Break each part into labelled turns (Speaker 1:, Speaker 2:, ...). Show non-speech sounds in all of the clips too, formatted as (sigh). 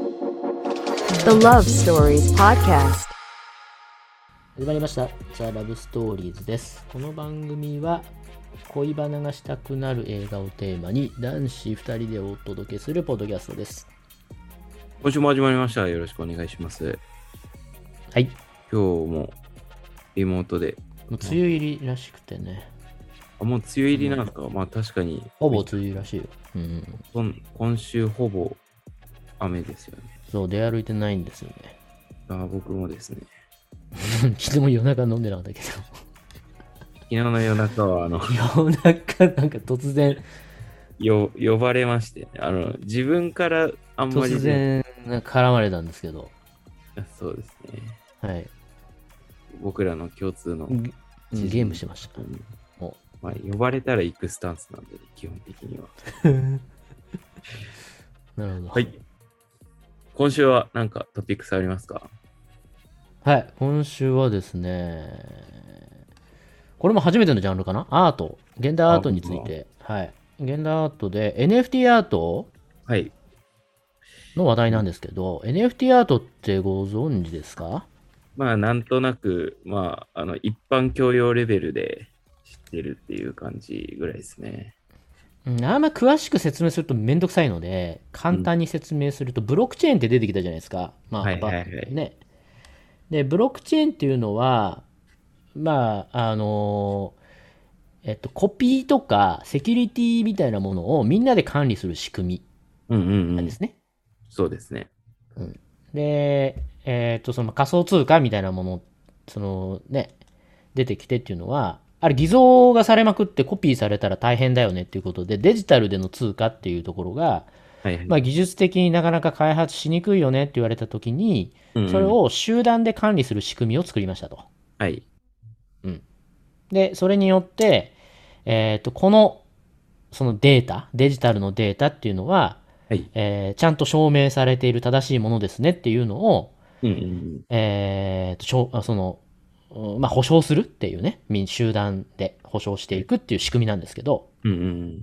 Speaker 1: The Love Stories Podcast.
Speaker 2: 始まりました「ザ・ラブストーリーズ」ですこの番組は恋バナがしたくなる映画をテーマに男子2人でお届けするポッドキャストです
Speaker 3: 今週も始まりました。よろしくお願いします。
Speaker 2: はい
Speaker 3: 今日もリモートで。
Speaker 2: もう梅雨入りらしくてね
Speaker 3: あ、もう梅雨入りなんですか、まあ確かに。
Speaker 2: ほぼ梅雨入りらしいようん
Speaker 3: ほん今週ほぼ雨ですよね。
Speaker 2: そう出歩いてないんですよね (laughs)
Speaker 3: あ僕もですね。
Speaker 2: 昨日も夜中飲んでなかったけ
Speaker 3: 昨日の夜中は、あの、 (laughs)
Speaker 2: ど (laughs) 夜中なんか突然
Speaker 3: よ呼ばれまして、あの、自分からあんまり、
Speaker 2: 突然絡まれたんですけど
Speaker 3: そうですね。
Speaker 2: はい
Speaker 3: 僕らの共通の。
Speaker 2: ゲうんゲームしてました
Speaker 3: うん
Speaker 2: お
Speaker 3: まあ、呼ばれたら行くスタンスなんで、ね、基本的には。
Speaker 2: なるほど
Speaker 3: はい。今週はなんかトピックスありますか
Speaker 2: はい、今週はですね、これも初めてのジャンルかなアート、現代アートについて、はい、現代アートで NFT アート
Speaker 3: はい。
Speaker 2: の話題なんですけど、NFT アートってご存知ですか
Speaker 3: まあ、なんとなく、まあ、あの、一般教養レベルで知ってるっていう感じぐらいですね。
Speaker 2: うんあんま詳しく説明するとめんどくさいので、簡単に説明すると、ブロックチェーンって出てきたじゃないですか。まあ、
Speaker 3: は
Speaker 2: やっ
Speaker 3: い
Speaker 2: ぱ
Speaker 3: はいはい
Speaker 2: ね。で、ブロックチェーンっていうのは、まあ、あの、えっと、コピーとかセキュリティみたいなものをみんなで管理する仕組
Speaker 3: うんうん
Speaker 2: み
Speaker 3: う
Speaker 2: なん
Speaker 3: ん
Speaker 2: で。すね。
Speaker 3: そうですね。
Speaker 2: で、えっと、その仮想通貨みたいなもの、そのね、出てきてっていうのは、あれ偽造がされまくってコピーされたら大変だよねっていうことで、デジタルでの通貨っていうところが、
Speaker 3: はいはい。
Speaker 2: まあ、技術的になかなか開発しにくいよねって言われた時に、
Speaker 3: うんうん
Speaker 2: それ、を集団で管理する仕組みを作りましたと。
Speaker 3: はい。
Speaker 2: で、それによって、えっと、この、そのデータ、デジタルのデータっていうのは、
Speaker 3: はい。
Speaker 2: えーちゃんと証明されている正しいものですねっていうのを、
Speaker 3: うんうんうん。
Speaker 2: えーとしょあその、うんまあ、保証するっていうね、民集団で保証していくっていう仕組みなんですけど、
Speaker 3: うんうん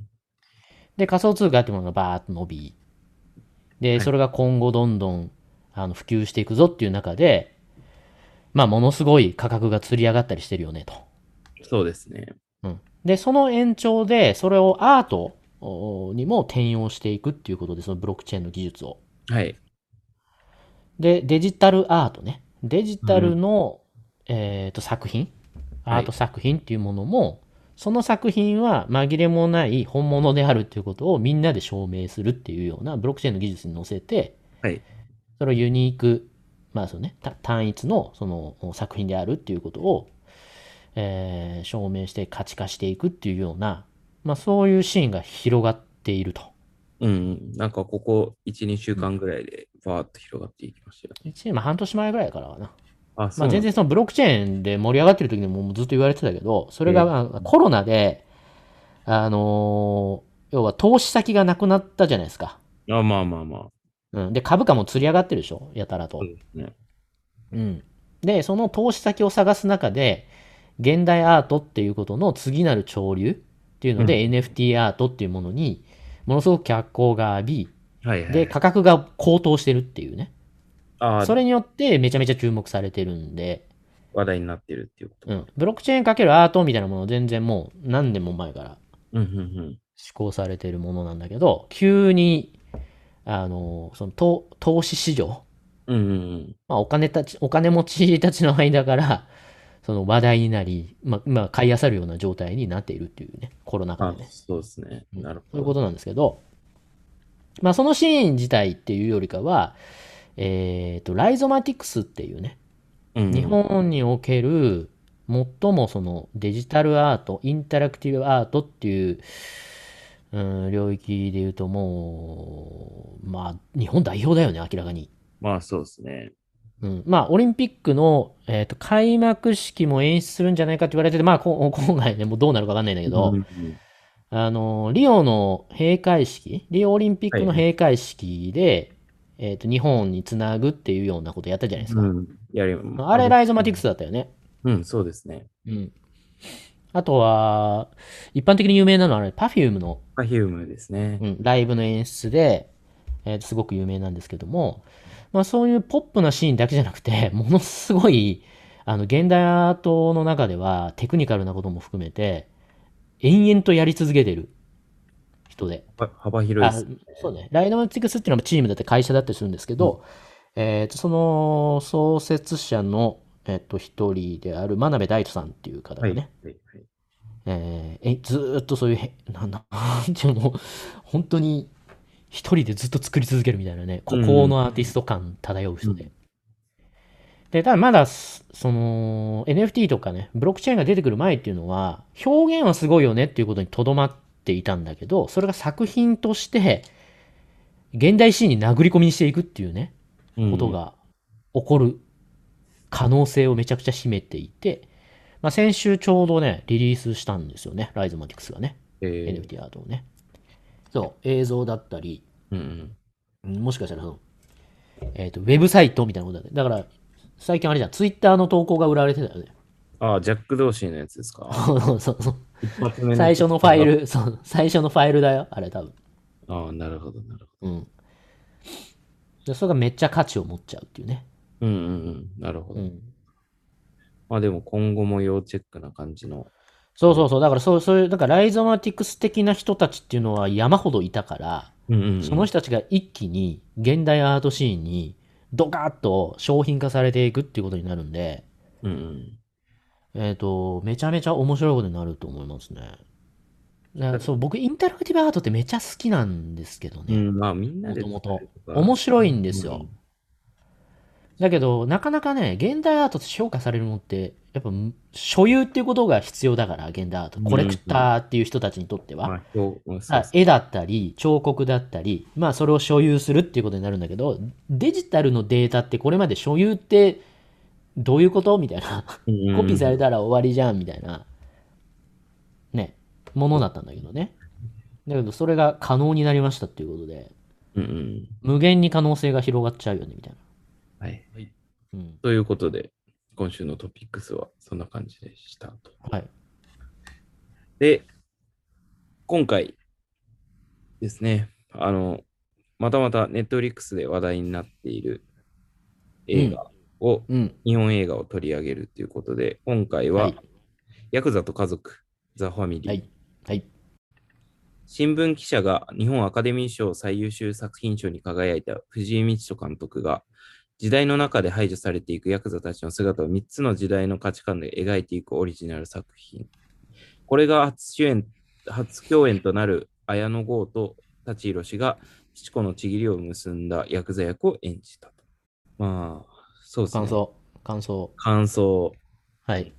Speaker 2: で、仮想通貨っていうものがバーッと伸び、で、
Speaker 3: い
Speaker 2: それが今後どんどんあの普及していくぞっていう中で、まあ、ものすごい価格が釣り上がったりしてるよねと。
Speaker 3: うん。そうですね。
Speaker 2: うん。で、その延長で、それをアートおにも転用していくっていうことで、そのブロックチェーンの技術を。
Speaker 3: はい。
Speaker 2: で、デジタルアートね。デジタルの、えーと作品、
Speaker 3: はい
Speaker 2: アート作品っていうものも、その作品は紛れもない本物であるっていうことをみんなで証明するっていうようなブロックチェーンの技術に乗せて、
Speaker 3: はい。
Speaker 2: それをユニーク、まあそうね、た単一のその作品であるっていうことを、えー証明して価値化していくっていうような、まあそういうシーンが広がっていると。
Speaker 3: うんうん。なんかここ1、2週間ぐらいでバーッと広がっていきましたよ。
Speaker 2: 一年、まあ半年前ぐらいからはな。
Speaker 3: あ、そ
Speaker 2: ま
Speaker 3: う
Speaker 2: あ、
Speaker 3: な
Speaker 2: 全
Speaker 3: んだ。
Speaker 2: 然そのブロックチェーンで盛り上がってる時にももうずっと言われてたけど、それが
Speaker 3: うん
Speaker 2: まあコロナで、あのー要は投資先がなくなったじゃないですか。
Speaker 3: あ、まあまあまあ。
Speaker 2: うん、で、株価も釣り上がってるでしょ、やたらと
Speaker 3: そう。ですね。
Speaker 2: うん、で、その投資先を探す中で、現代アートっていうことの次なる潮流っていうので、NFT アートっていうものに、ものすごく脚光が浴び、
Speaker 3: はいはい。
Speaker 2: で、価格が高騰してるっていうね。
Speaker 3: あ
Speaker 2: それによってめちゃめちゃ注目されてるんで、
Speaker 3: 話題になってるっていうこと。
Speaker 2: うん、ブロックチェーンかけるアートみたいなもの全然もう何年も前から
Speaker 3: うんうんうん。
Speaker 2: 施行されているものなんだけど急にあのその投投資市場、
Speaker 3: うんうんうん。
Speaker 2: まあ、お金たちお金持ちたちの間からその話題になり、まあ、まあ買い漁るような状態になっているっていうねコロナ禍
Speaker 3: あ
Speaker 2: で、ね
Speaker 3: そうですね。なる
Speaker 2: そういうこ
Speaker 3: ほ
Speaker 2: と
Speaker 3: ど。
Speaker 2: なんですけど、まあ、そのシーン自体っていうよりかは、えー、とライゾマティクスっていうね
Speaker 3: うんうん
Speaker 2: 日本における最もそのデジタルアート、インタラクティブアートっていう、うん、領域で言うともう、まあ、日本代表だよね、明らかに。
Speaker 3: まあそうですね。
Speaker 2: うん、まあ、オリンピックの、えーと開幕式も演出するんじゃないかって言われてて、まあ、こ (laughs) 今回ね、もうどうなるかわかんないんだけど、
Speaker 3: うんうん
Speaker 2: あの、リオの閉会式、リオオリンピックの閉会式で、えーと日本につなぐっていうようなことやったじゃないですか。
Speaker 3: うん、やり
Speaker 2: あれ、ライゾマティクスだったよね。
Speaker 3: うん、そうですね。
Speaker 2: うん。あとは、一般的に有名なのはあれ、Perfume の、
Speaker 3: パフュームですね
Speaker 2: う。んライブの演出で、えーすごく有名なんですけども、まあ、そういうポップなシーンだけじゃなくて、 (laughs) ものすごい、あの、現代アートの中ではテクニカルなことも含めて、延々とやり続けてる人で。
Speaker 3: は幅広いで
Speaker 2: あ
Speaker 3: す。
Speaker 2: そうね。ライドマティクスっていうのはチームだって会社だったりするんですけど、えっと、その創設者の、えっと、一人である真鍋大斗さんっていう方が
Speaker 3: はい。
Speaker 2: ね、
Speaker 3: はいはい
Speaker 2: えーえずーっとそういうへな (laughs) ななんていうの本当に一人でずっと作り続けるみたいなね孤高のアーティスト感漂う人で、
Speaker 3: う
Speaker 2: でただまだすその NFT とかねブロックチェーンが出てくる前っていうのは表現はすごいよねっていうことにとどまっていたんだけどそれが作品として現代シーンに殴り込みにしていくっていうね
Speaker 3: うん
Speaker 2: こと。が起こる可能性をめちゃくちゃ秘めていて、まあ、先週ちょうどね、リリースしたんですよね、ライズマティクスがね、
Speaker 3: えー
Speaker 2: NFT アートをね。そう、映像だったり、
Speaker 3: うんうん
Speaker 2: うんもしかしたらその、えっ、と、ウェブサイトみたいなことだね。だから、最近あれじゃん、ツイッターの投稿が売られてたよね。
Speaker 3: ああ、ジャック・ドーシーのやつです
Speaker 2: (laughs)
Speaker 3: か。
Speaker 2: そうそうそうそう。
Speaker 3: 一発目
Speaker 2: 最初のファイ。ル、そう、最初のファイルだよ、あれ多分。
Speaker 3: ああ、なるほど、なるほ
Speaker 2: うん。でそれがめっちゃ価値を持っちゃうっていうね。
Speaker 3: ど。うんうんうん、なるほ
Speaker 2: う
Speaker 3: ど。
Speaker 2: ん。
Speaker 3: まあでも今後も要チェックな感じの。
Speaker 2: そうそうそう。だからそう、そういう、だからライゾマティクス的な人たちっていうのは山ほどいたから、
Speaker 3: うんうんうん
Speaker 2: その人たちが一気に現代アートシーンにドカーッと商品化されていくっていうことになるんで、
Speaker 3: うんうん
Speaker 2: えっ、と、めちゃめちゃ面白いことになると思いますね。だからそう、僕、インタラクティブアートってめちゃ好きなんですけど
Speaker 3: う
Speaker 2: ね。
Speaker 3: ん、まあみんなで。
Speaker 2: もともと面白いんですよ。だけど、なかなかね、現代アートとして評価されるものって、やっぱ、所有っていうことが必要だから、現代アート。コレクターっていう人たちにとっては。
Speaker 3: まあ、そううんそう
Speaker 2: あ
Speaker 3: そう
Speaker 2: 絵だったり彫刻だったり、まあ、それを所有するっていうことになるんだけどデジタルのデータってこれまで所有ってどういうことみたいな
Speaker 3: うんうん
Speaker 2: コピーされたら終わりじゃんみたいなねものだったんだけどねだけどそれが可能になりましたっていうことで
Speaker 3: うんうん。
Speaker 2: 無限に可能性が広がっちゃうよねみたいな、
Speaker 3: はい。
Speaker 2: うん
Speaker 3: ということで、今週のトピックスはそんな感じでしたと。
Speaker 2: はい、
Speaker 3: で、今回ですね、あの、またまた Netflix で話題になっている映画を、
Speaker 2: うん、
Speaker 3: 日本映画を取り上げるということで、今回
Speaker 2: は、
Speaker 3: はいヤクザと家族、ザ・ファミリー、
Speaker 2: はいはい
Speaker 3: 新聞記者が日本アカデミー賞最優秀作品賞に輝いた藤井道人監督が、時代の中で排除されていくヤクザたちの姿を3つの時代の価値観で描いていくオリジナル作品。これが初主演初共演となる綾野剛と舘ひろしが、七子のちぎりを結んだヤクザ役を演じたと。まあ、そうですね。
Speaker 2: 感。想感想
Speaker 3: 感想。
Speaker 2: はい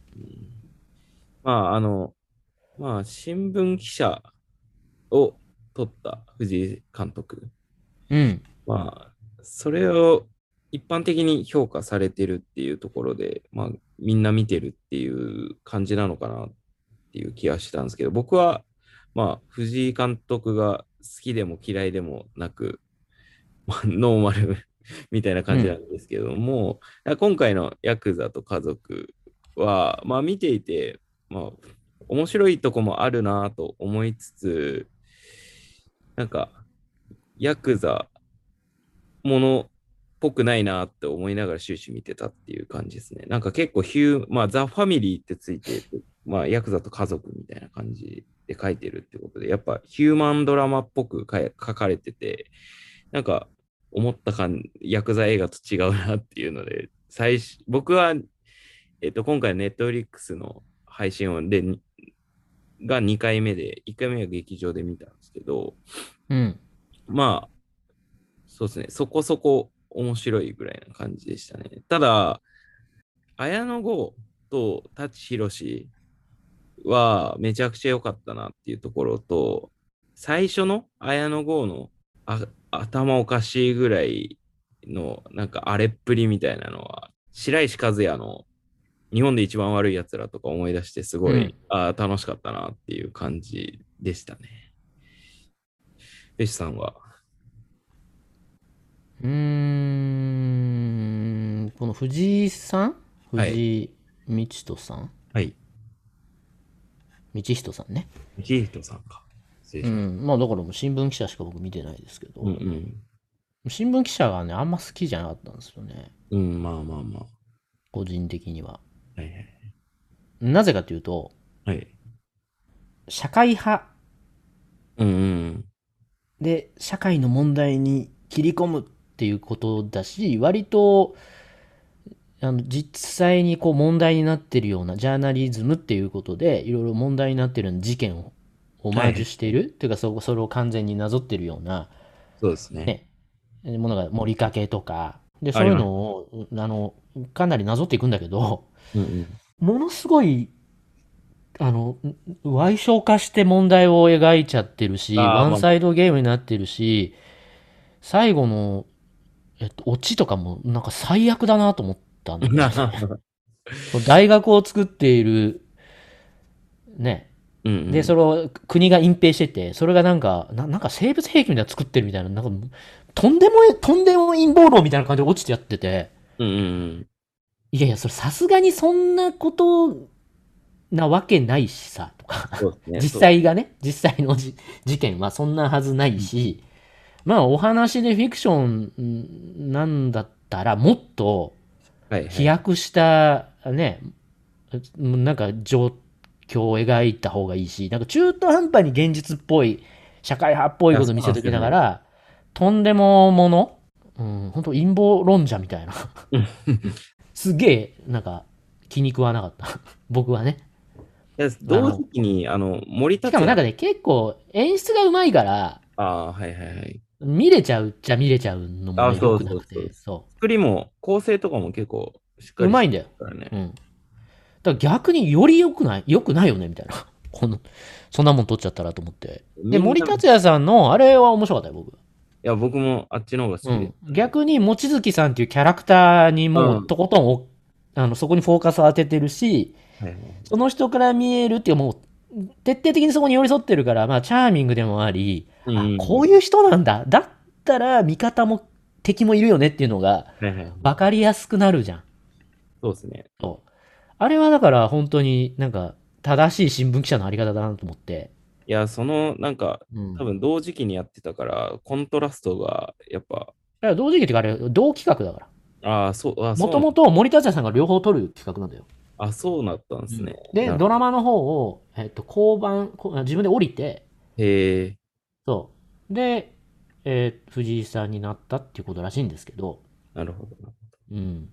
Speaker 3: まあ、あの、まあ、新聞記者を取った藤井監督。
Speaker 2: うん
Speaker 3: まあ、それを一般的に評価されてるっていうところで、まあ、みんな見てるっていう感じなのかなっていう気はしたんですけど、僕は、まあ、藤井監督が好きでも嫌いでもなく、まあ、ノーマル (laughs) みたいな感じなんですけども、今回のヤクザと家族は、まあ、見ていて、まあ、面白いとこもあるなと思いつつ、なんか、ヤクザものっぽくないなって思いながら終始見てたっていう感じですね。なんか結構ヒュー、まあザ・ファミリーってついてて、まあヤクザと家族みたいな感じで書いてるってことで、やっぱヒューマンドラマっぽく書い書かれてて、なんか思った感ヤクザ映画と違うなっていうので、最初、僕は、えっと、今回ネットフリックスの配信音で、にが2回目で、1回目は劇場で見たんですけど、
Speaker 2: うん
Speaker 3: まあ、そうですね、そこそこ面白いぐらいな感じでしたね。ただ、綾野剛と舘ひろしはめちゃくちゃ良かったなっていうところと、最初の綾野剛のあ頭おかしいぐらいのなんか荒れっぷりみたいなのは、白石和也の日本で一番悪いやつらとか思い出して、すごい、
Speaker 2: うん
Speaker 3: あー楽しかったなっていう感じでしたね。ベシさんは
Speaker 2: うーんこの藤井さん
Speaker 3: はい
Speaker 2: 藤井道人さん、
Speaker 3: はい。
Speaker 2: 道人さんね。
Speaker 3: ジートさんか。失礼
Speaker 2: う
Speaker 3: しまし
Speaker 2: ん。まあだからもう新聞記者しか僕見てないですけど、
Speaker 3: たうんうん。
Speaker 2: 新聞記者がね、あんま好きじゃなかったんですよね。
Speaker 3: うん、まあまあま
Speaker 2: 個人的には。
Speaker 3: あ。はいはい。
Speaker 2: なぜかというと、
Speaker 3: はい。
Speaker 2: 社会派
Speaker 3: うんうん。
Speaker 2: で社会の問題に切り込むっていうことだし、割と、あの実際にこう問題になってるようなジャーナリズムっていうことでいろいろ問題になってるような事件をオマージュしている、というかそそれを完全になぞってるような
Speaker 3: そうですね。
Speaker 2: ね、ものが盛りかけとか、で、そういうのを、あの、かなりなぞっていくんだけど、
Speaker 3: うんうん。
Speaker 2: ものすごい、あの、ん歪小化して問題を描いちゃってるし、
Speaker 3: あ
Speaker 2: ワ
Speaker 3: ー
Speaker 2: ンサイドゲームになってるし、最後の、えっと、オチとかも、なんか最悪だなと思ったんだよね大学を作っている、ね、
Speaker 3: うん (laughs) うん
Speaker 2: で、それを国が隠蔽してて、それがなんか、ななんか生物兵器みたいなの作ってるみたいな、なんか、とんでもえ、とんでも陰謀論みたいな感じで落ちてやってて、
Speaker 3: うんうん
Speaker 2: いやいや、それさすがにそんなことなわけないしさ、とか。
Speaker 3: うん。そうですね。
Speaker 2: 実際がね、実際のじ事件はそんなはずないし、まあお話でフィクションなんだったら、もっと
Speaker 3: そう。はい、はい。
Speaker 2: 飛躍したね、なんか状況を描いた方がいいし、なんか中途半端に現実っぽい、社会派っぽいことを見せときながら、とんでももの、うん、本当陰謀論者みたいな。すげえ、なんか気に食わなかった。 (laughs) 僕はね。
Speaker 3: いや同時期に、あの、森田
Speaker 2: しかもなんかね、結構演出がうまいから、
Speaker 3: ああ、はいはいはい。
Speaker 2: 見れちゃうっちゃ見れちゃうのも
Speaker 3: あ
Speaker 2: ね
Speaker 3: そ
Speaker 2: 良
Speaker 3: う
Speaker 2: くなく
Speaker 3: そうそ
Speaker 2: て、そ
Speaker 3: 作りも、構成とかも結構しっか
Speaker 2: う。
Speaker 3: り
Speaker 2: うま
Speaker 3: い
Speaker 2: いんだよ。
Speaker 3: からね
Speaker 2: う。ん。だから逆により良くない、良くないよね、みたいな。 (laughs) この、そんなもん撮っちゃったらと思って。で、
Speaker 3: みんな
Speaker 2: 森
Speaker 3: い
Speaker 2: 達也さんの、あれは面白かったよ、僕。
Speaker 3: や、僕もあっちの方が
Speaker 2: う
Speaker 3: 好きで
Speaker 2: ん。逆に、望月さんっていうキャラクターにも
Speaker 3: う
Speaker 2: う、
Speaker 3: ん
Speaker 2: とことんお、あの、そこにフォーカスを当ててるし、
Speaker 3: す。はいはい
Speaker 2: その人から見えるっていう、もう、徹底的にそこに寄り添ってるから、まあ、チャーミングでもあり、
Speaker 3: うんうん
Speaker 2: あこういう人なんだ。だったら味方も敵もいるよねっていうのが
Speaker 3: はいはい。
Speaker 2: 分かりやすくなるじゃん。
Speaker 3: そうですね。
Speaker 2: そうあれはだから本当になんか正しい新聞記者のあり方だなと思って。
Speaker 3: いや、その、なんか、
Speaker 2: うん、
Speaker 3: 多
Speaker 2: だか
Speaker 3: 分同時期にやってたから、コントラストが、やっぱ、
Speaker 2: ら同時期っていうかあれ同企画だから。
Speaker 3: ああ、そう、あ
Speaker 2: もとも
Speaker 3: と、
Speaker 2: と森田也さんが両方撮る企画なんだよ。
Speaker 3: あ、そうなったんですね。
Speaker 2: で、ド
Speaker 3: ラ
Speaker 2: ラマの方を、えっと、交番、こ自分で降りて、
Speaker 3: へえ、
Speaker 2: そう。で、えー藤井さんになったっていうことらしいんですけど、
Speaker 3: なるほどな。
Speaker 2: うん。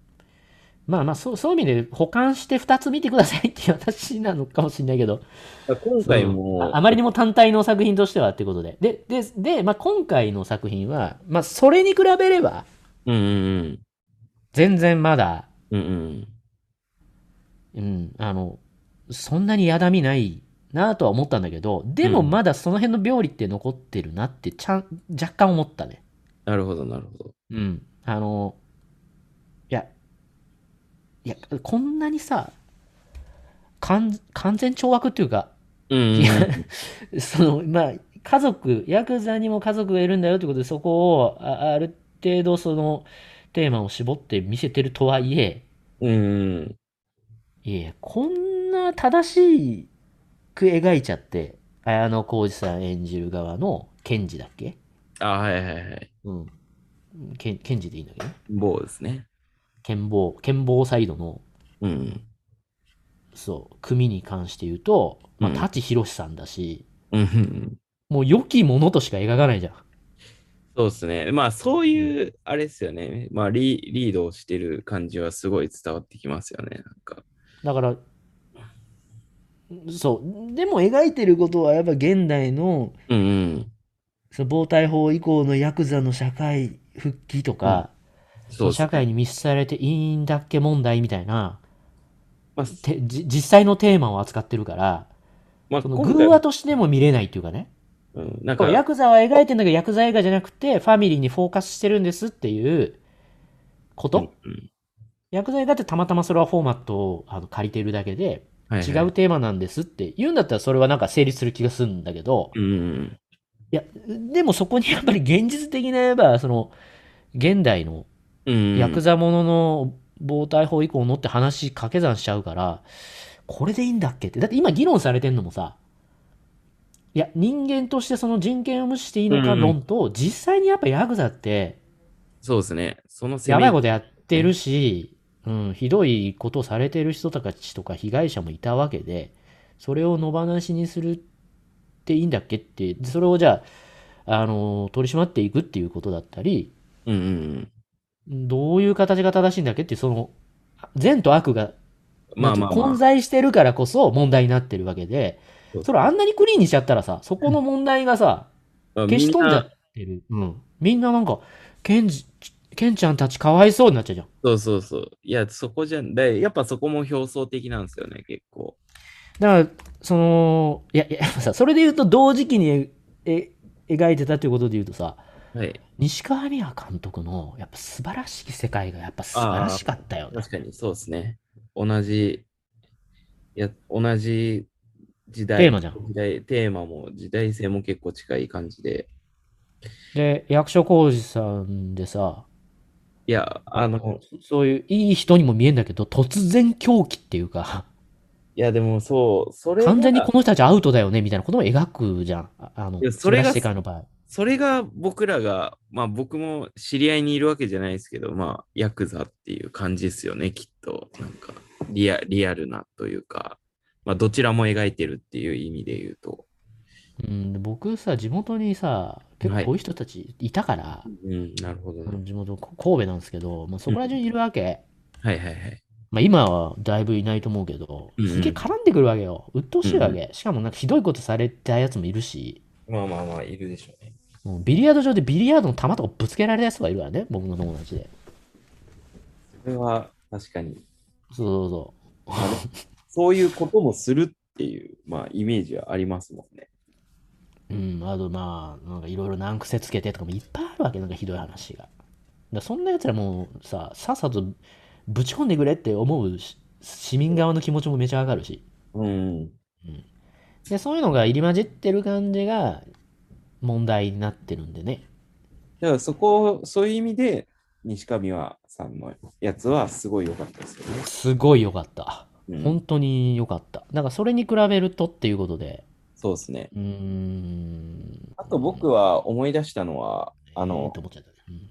Speaker 2: まあまあ、そうそういう意味で保管して2つ見てくださいっていう話なのかもしれないけど、
Speaker 3: だから今回も、
Speaker 2: ああまりにも単体の作品としてはっていうことで。で、で、で、まあ、今回の作品は、まあ、それに比べれば、
Speaker 3: うんうん
Speaker 2: 全然まだ、
Speaker 3: うん。うんうん。
Speaker 2: うん、あの、そんなにやだみないなとは思ったんだけど、でも
Speaker 3: うん
Speaker 2: まだその辺の病理って残ってるなって、ちゃん、若干思ったね。
Speaker 3: なるほど、なるほど。
Speaker 2: うん。あの、いや、いや、こんなにさ、完完全懲悪っていうか、
Speaker 3: うんうんうん。
Speaker 2: い (laughs) や、その、まあ、家族、ヤクザにも家族がいるんだよってことで、そこを、あ、ある程度、その、テーマを絞って見せてるとはいえ、
Speaker 3: うんうん。
Speaker 2: いやいや、こんな正しく描いちゃって、綾野剛二さん演じる側の、検事だっけ
Speaker 3: あ、はいはいはい。
Speaker 2: うん。検検事でいいんだけどね。
Speaker 3: 棒ですね。
Speaker 2: 剣謀、剣謀サイドの、
Speaker 3: うん
Speaker 2: そう、組に関して言うと、まあ、
Speaker 3: うん
Speaker 2: 舘ひろしさんだし、
Speaker 3: うん。うんうん。
Speaker 2: もう良きものとしか描かないじゃん。
Speaker 3: そうですね。まあ、そういう、あれですよね。まあリ、リードをしてる感じはすごい伝わってきますよね。なんか。
Speaker 2: だから、そう。でも描いてることはやっぱ現代の、
Speaker 3: うんうん。
Speaker 2: その暴対法以降のヤクザの社会復帰とか、
Speaker 3: そうっす
Speaker 2: 社会に見捨てられていいんだっけ問題みたいな、
Speaker 3: まあ、
Speaker 2: てじ実際のテーマを扱ってるから、
Speaker 3: まあ、
Speaker 2: その
Speaker 3: 今
Speaker 2: 偶
Speaker 3: 回
Speaker 2: 話としても見れないっていうかね。
Speaker 3: うん、なんか、
Speaker 2: ヤクザは描いてんだけど、ヤクザ映画じゃなくて、ファミリーにフォーカスしてるんですっていうこと、
Speaker 3: うんうん
Speaker 2: ヤクザ映画ってたまたまそれはフォーマットをあの借りてるだけで、
Speaker 3: はいはい
Speaker 2: 違う。テーマなんですって言うんだったらそれはなんか成立する気がするんだけど、
Speaker 3: うんうん。
Speaker 2: いや、でもそこにやっぱり現実的な、やっぱその、現代の
Speaker 3: うん。
Speaker 2: ヤク
Speaker 3: ザ。
Speaker 2: ザものの防対法以降のって話掛け算しちゃうから、これでいいんだっけって。だって今議論されてんのもさ、いや、人間としてその人権を無視していいのか
Speaker 3: うん
Speaker 2: 論と、実際にやっぱヤクザって、
Speaker 3: そうですね。その
Speaker 2: やばいこととやってるし、うん、ひどいことされてる人たちとか被害者もいたわけで、それを野放しにするっていいんだっけって、でそれをじゃあ、あの、取り締まっていくっていうことだったり、
Speaker 3: うんうんうん。
Speaker 2: どういう形が正しいんだっけっていう、その、善と悪が、
Speaker 3: まあまあ、まあ、
Speaker 2: 混在してるからこそ問題になってるわけで
Speaker 3: そう、
Speaker 2: それあんなにクリーンにしちゃったらさ、そこの問題がさ、
Speaker 3: あ
Speaker 2: 消し飛んじゃ
Speaker 3: みな
Speaker 2: ってる。うん。みんななんか、ケンジ、ケンちゃんたちかわいそうになっちゃうじゃん。
Speaker 3: そうそうそう。いや、そこじゃん。だやっぱそこも表層的なんですよね、結構。
Speaker 2: だから、その、いや、いや、さ、それで言うと同時期にえ (laughs) え描いてたということで言うとさ、
Speaker 3: はい。
Speaker 2: 西川美和監督の、やっぱ素晴らしい世界がやっぱ素晴らしかったよね。
Speaker 3: 確かに、そうですね。同じ、いや、同じ時代。
Speaker 2: テーマじゃん
Speaker 3: 時代、テーマも、時代性も結構近い感じで。
Speaker 2: で、役所広司さんでさ、
Speaker 3: いや、あの、
Speaker 2: そういういい人にも見えんだけど、突然狂気っていうか、
Speaker 3: いや、でもそう、それが
Speaker 2: 完全にこの人たちアウトだよね、みたいなことを描くじゃん。ああの
Speaker 3: いや、それ
Speaker 2: 素晴
Speaker 3: が
Speaker 2: らしい世界の場合。
Speaker 3: それが僕らが、まあ僕も知り合いにいるわけじゃないですけど、まあヤクザっていう感じですよね、きっと。なんかリアリアルなというか、まあどちらも描いてるっていう意味で言うと。
Speaker 2: うん、で僕さ、地元にさ、結構こういう人たちいたから、
Speaker 3: うん、なるほど
Speaker 2: あ
Speaker 3: ね。
Speaker 2: の地元、こ神戸なんですけど、まあ、そこら中にいるわけ。
Speaker 3: はいはいはい。
Speaker 2: まあ、今はだいぶいないと思うけど、
Speaker 3: うんうん
Speaker 2: すげえ絡んでくるわけよ。鬱陶しいわけ。しかもなんかひどいことされたやつもいるし、
Speaker 3: まあまあまあ、いるでしょうね。
Speaker 2: もうビリヤード場でビリヤードの球とかぶつけられたやつがいるわね、僕の友達で。
Speaker 3: それは確かに。
Speaker 2: そうそうそ
Speaker 3: あのそういうこともするっていう、まあイメージはありますもんね。
Speaker 2: う。うん、あとまあ、なんかいろいろ難癖つけてとかもいっぱいあるわけ、なんかひどい話が。だからそんなやつらもうさ、さっさとぶち込んでくれって思うし市民側の気持ちもめちゃわかるし。
Speaker 3: うん。
Speaker 2: で、そういうのが入り混じってる感じが問題になってるんでね。
Speaker 3: だからそこ、そういう意味で、西上和さんのやつはすごい良かったですよね。
Speaker 2: すごい良かった。
Speaker 3: うん
Speaker 2: 本当に良かった。だからそれに比べるとっていうことで、
Speaker 3: そうですね。
Speaker 2: うーん。
Speaker 3: あと僕は思い出したのは、あ
Speaker 2: え
Speaker 3: の
Speaker 2: ーと、思っちゃったねうん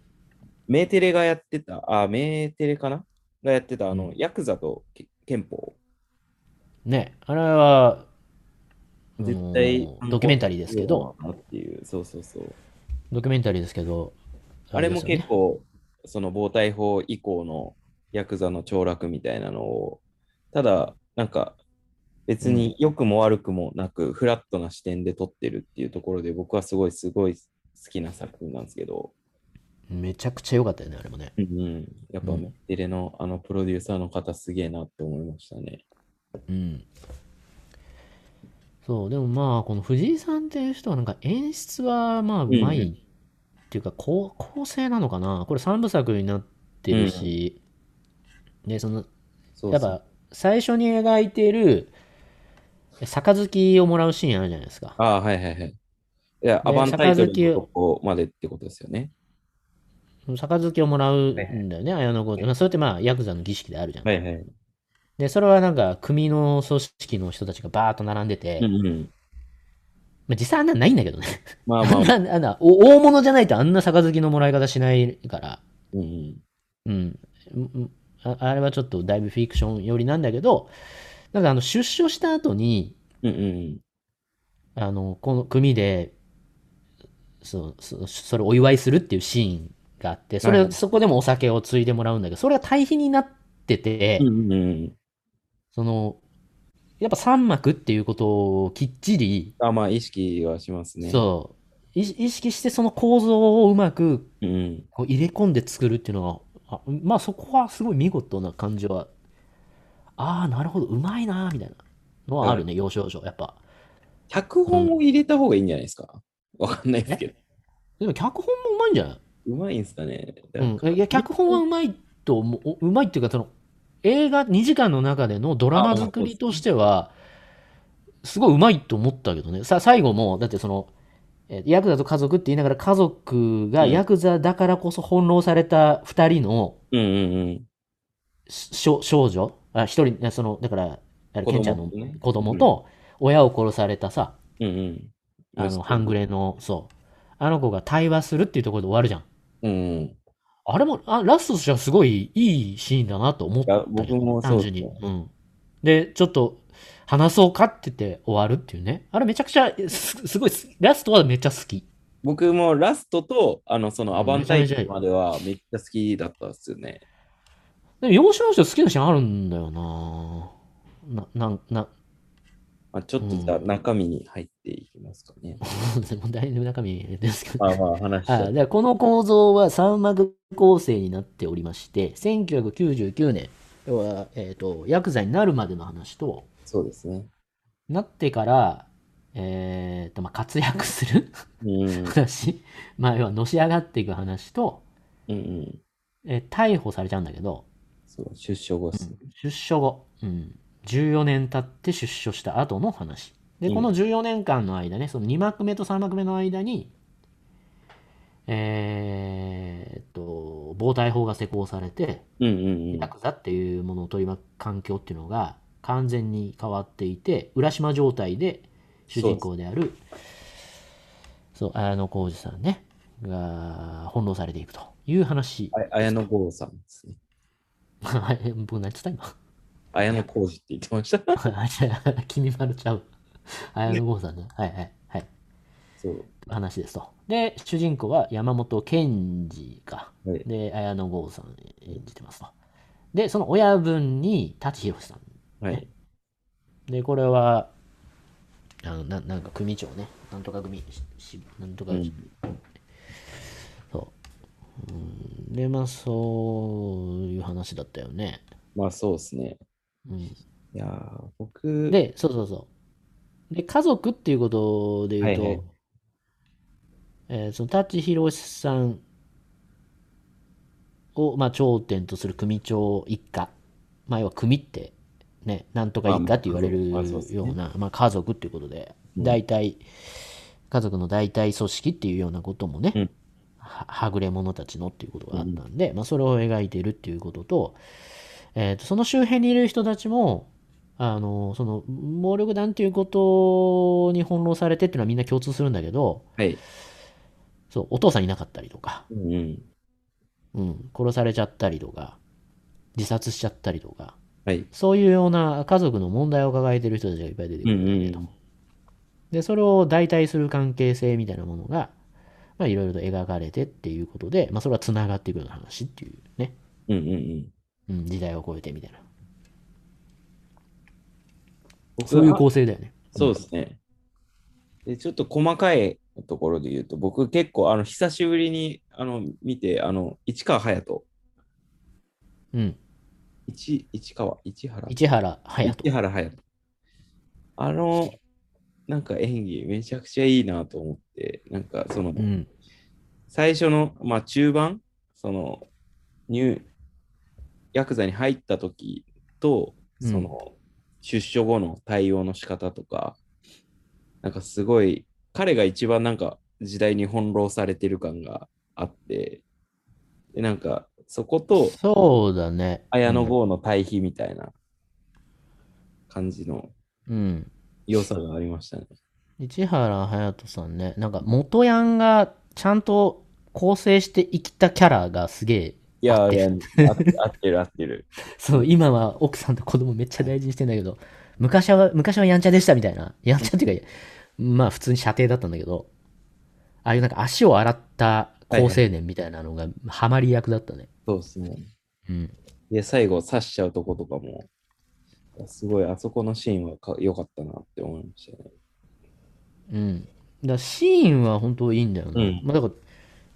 Speaker 3: メーテレがやってた、あ、メーテレかながやってた、あ
Speaker 2: う
Speaker 3: の、ヤクザとけ憲法。
Speaker 2: ね、あれは、うん
Speaker 3: 絶対。
Speaker 2: ドキュメンタリーですけど、。
Speaker 3: っていう、そうそうそう。
Speaker 2: ドキュメンタリーですけど、
Speaker 3: あれも
Speaker 2: ですよね
Speaker 3: 結構、その防体法以降のヤクザの凋落みたいなのを、ただ、なんか、別に良くも悪くもなく、フラットな視点で撮ってるっていうところで、僕はすごい、すごい好きな作品なんですけど、
Speaker 2: めちゃくちゃ良かったよね、あれもね。
Speaker 3: うん、やっぱ、
Speaker 2: うん
Speaker 3: メッテレのあのプロデューサーの方、すげえなって思いましたね。
Speaker 2: うん。そう、でもまあ、この藤井さんっていう人は、なんか演出はまあ、うまい、
Speaker 3: うん
Speaker 2: っていうか構、構成なのかな。これ3部作になってるし、で、その、
Speaker 3: そう
Speaker 2: やっぱ最初に描いている杯をもらうシーンあるじゃないですか。
Speaker 3: ああ、はいはいはい。いや、
Speaker 2: で
Speaker 3: アバンタイト
Speaker 2: 杯
Speaker 3: ル
Speaker 2: を
Speaker 3: のとこまでってことですよね。
Speaker 2: 杯をもらうんだよね、綾野剛って。まあ、それってまあ、ヤクザの儀式であるじゃん。
Speaker 3: はいはい。
Speaker 2: で、それはなんか、組の組織の人たちがバーッと並んでて、
Speaker 3: うんうん。
Speaker 2: まあ、実際あんなんないんだけどね。
Speaker 3: まあ
Speaker 2: あ
Speaker 3: まあ
Speaker 2: ん (laughs) 、な、あんな、お大物じゃないとあんな杯のもらい方しないから、
Speaker 3: うんうん。
Speaker 2: うん。うんああれはちょっとだいぶフィクション寄りなんだけど、なんかあの、出所した後に、
Speaker 3: うんうん
Speaker 2: あの、この組で、そう、そそれお祝いするっていうシーンがあって、それ、
Speaker 3: はい
Speaker 2: そこでもお酒をついでもらうんだけど、それは対比になってて、
Speaker 3: うん。うんうんうん。
Speaker 2: その、やっぱ三幕っていうことをきっちり、
Speaker 3: あ、まあ、意識はしますね。
Speaker 2: そう、い意識してその構造をうまく
Speaker 3: う。うん。
Speaker 2: こう入れ込んで作るっていうのは、あまあそこはすごい見事な感じは、ああ、なるほど、うまいなーみたいなのはあるね、要所要所、やっぱ。
Speaker 3: 脚本を入れた方がいいんじゃないですか。わかんないですけど。
Speaker 2: でも脚本もうまいんじゃないう
Speaker 3: まいんですかね。
Speaker 2: うん、いや脚本はうまいと思う、うまいっていうか、その映画2時間の中でのドラマ作りとしては、すごいうまいと思ったけどね、さ最後も、だってその、えヤクザと家族って言いながら、家族が
Speaker 3: うん
Speaker 2: ヤクザだからこそ翻弄された2人の
Speaker 3: うんうん
Speaker 2: しょ少女、あ1人、ねそのだから、あれ
Speaker 3: 子供
Speaker 2: ケンちゃんの
Speaker 3: ね
Speaker 2: 子供と、親を殺されたさ、
Speaker 3: うん。うんうん。
Speaker 2: あの半グ
Speaker 3: レ。
Speaker 2: レの、そう、あの子が対話するっていうところで終わるじゃん。
Speaker 3: うんうん。
Speaker 2: あれも、あ、ラストとしてはすごいいいシーンだなと思ったよ
Speaker 3: いや僕もそう
Speaker 2: 単純に。うん。で、ちょっと、話そうかって言って終わるっていうね。あれめちゃくちゃ、す、すごい好き、ラストはめっちゃ好き。
Speaker 3: 僕もラストと、あの、そのアバンタイ
Speaker 2: めちゃめ
Speaker 3: キ
Speaker 2: ちゃ
Speaker 3: まではめっちゃ好きだったっすよね。
Speaker 2: でも、要所要所好きなシーンあるんだよなな、なん、な、 (laughs)
Speaker 3: まあ、ちょっとじゃあ中身に入っていきますかね。
Speaker 2: だいぶ中身ですけど。
Speaker 3: (laughs) まあまあ話しちゃ
Speaker 2: は
Speaker 3: う
Speaker 2: い、でこの構造は3幕構成になっておりまして1999年要は、えー、とヤクザになるまでの話と
Speaker 3: そうですね。
Speaker 2: なってから、えーとまあ、活躍する
Speaker 3: うん。うん
Speaker 2: 話、まあ、要はのし上がっていく話と、
Speaker 3: うん。
Speaker 2: えー逮捕されちゃうんだけど
Speaker 3: そう、出所後っすね。
Speaker 2: 出所後、うん、14年経って出所した後の話で
Speaker 3: うん
Speaker 2: この14年間の間ねその2幕目と3幕目の間にえー、と防体法が施行されて
Speaker 3: うんうんうん
Speaker 2: ヤ。クザっていうものを取り巻く環境っていうのが完全に変わっていて浦島状態で主人公であるそう綾野浩二さんねが翻弄されていくという話、
Speaker 3: あ綾野剛さんですね。
Speaker 2: はい、僕何つった今
Speaker 3: 綾野浩二って言ってました。
Speaker 2: (laughs) あじゃあ君丸ちゃう綾野剛さんねはいはいはい
Speaker 3: そう。
Speaker 2: 話ですとで主人公は山本賢治か
Speaker 3: はい
Speaker 2: で綾野剛さん演じてますとでその親分に舘ひろしさん
Speaker 3: はい。
Speaker 2: でこれはあのななんか組長ねなんとか組ししなんとか、
Speaker 3: うん
Speaker 2: そううんでまあそういう話だったよね、
Speaker 3: まあそうですね。
Speaker 2: うん、
Speaker 3: いやー僕、
Speaker 2: でそうそうそうで家族っていうことで言うと、
Speaker 3: はいはい
Speaker 2: えーその舘ひろしさんを、まあ、頂点とする組長一家、まあ、要は組って、ね、なんとか一家って言われる
Speaker 3: まあまあそうですね
Speaker 2: ような、まあ、家族っていうことで、
Speaker 3: うん
Speaker 2: 大体、家族の大体組織っていうようなこともね、
Speaker 3: うん
Speaker 2: ははぐれ者たちのっていうことがあったんで、まあ、それを描いてるっていうことと,、えーとその周辺にいる人たちもあのその暴力団っていうことに翻弄されてっていうのはみんな共通するんだけど
Speaker 3: はい。
Speaker 2: そうお父さんいなかったりとか、
Speaker 3: うんうん。
Speaker 2: うん、殺されちゃったりとか自殺しちゃったりとか
Speaker 3: はい。
Speaker 2: そういうような家族の問題を抱えてる人たちがいっぱい出てくるんだけど、
Speaker 3: うんうん
Speaker 2: でそれを代替する関係性みたいなものがまあいろいろと描かれてっていうことで、まあ、それはつながっていくような話っていうね、
Speaker 3: うんうんうん。
Speaker 2: うん、時代を超えてみたいな
Speaker 3: 僕
Speaker 2: そういう
Speaker 3: は
Speaker 2: 構成だよね
Speaker 3: そうですね。で、ちょっと細かいところで言うと、僕結構、あの、久しぶりに、あの、見て、あの、市川隼人、
Speaker 2: うん
Speaker 3: 市、市川、市原、
Speaker 2: 市原隼
Speaker 3: 市
Speaker 2: 人
Speaker 3: 原隼人。あの、なんか演技めちゃくちゃいいなと思って、なんかその、
Speaker 2: うん
Speaker 3: 最初の、まあ、中盤、その、入、ヤクザに入った時と、
Speaker 2: うん
Speaker 3: その、出所後の対応の仕方とか、なんかすごい、彼が一番なんか時代に翻弄されてる感があって、で、なんか、そこと、
Speaker 2: そうだね
Speaker 3: 綾野剛の対比みたいな感じの
Speaker 2: うん
Speaker 3: 良さがありましたね。
Speaker 2: 市原隼人さんねなんか元ヤンがちゃんと構成して生きたキャラがすげえ
Speaker 3: いや、
Speaker 2: 合っ
Speaker 3: あ
Speaker 2: て
Speaker 3: (laughs) れ、合って合ってる合ってる。
Speaker 2: そう今は奥さんと子供めっちゃ大事にしてんだけど昔は昔はやんちゃでしたみたいなやんちゃっていうかまあ普通に射程だったんだけどああいうなんか足を洗った好青年みたいなのがハマり役だったね、
Speaker 3: そうですね。
Speaker 2: うん
Speaker 3: で、最後刺しちゃうとことかも、すごい、あそこのシーンはか良かったなって思いましたね。
Speaker 2: うんだからシーンは本当いいんだよね、
Speaker 3: うん
Speaker 2: まあ、だから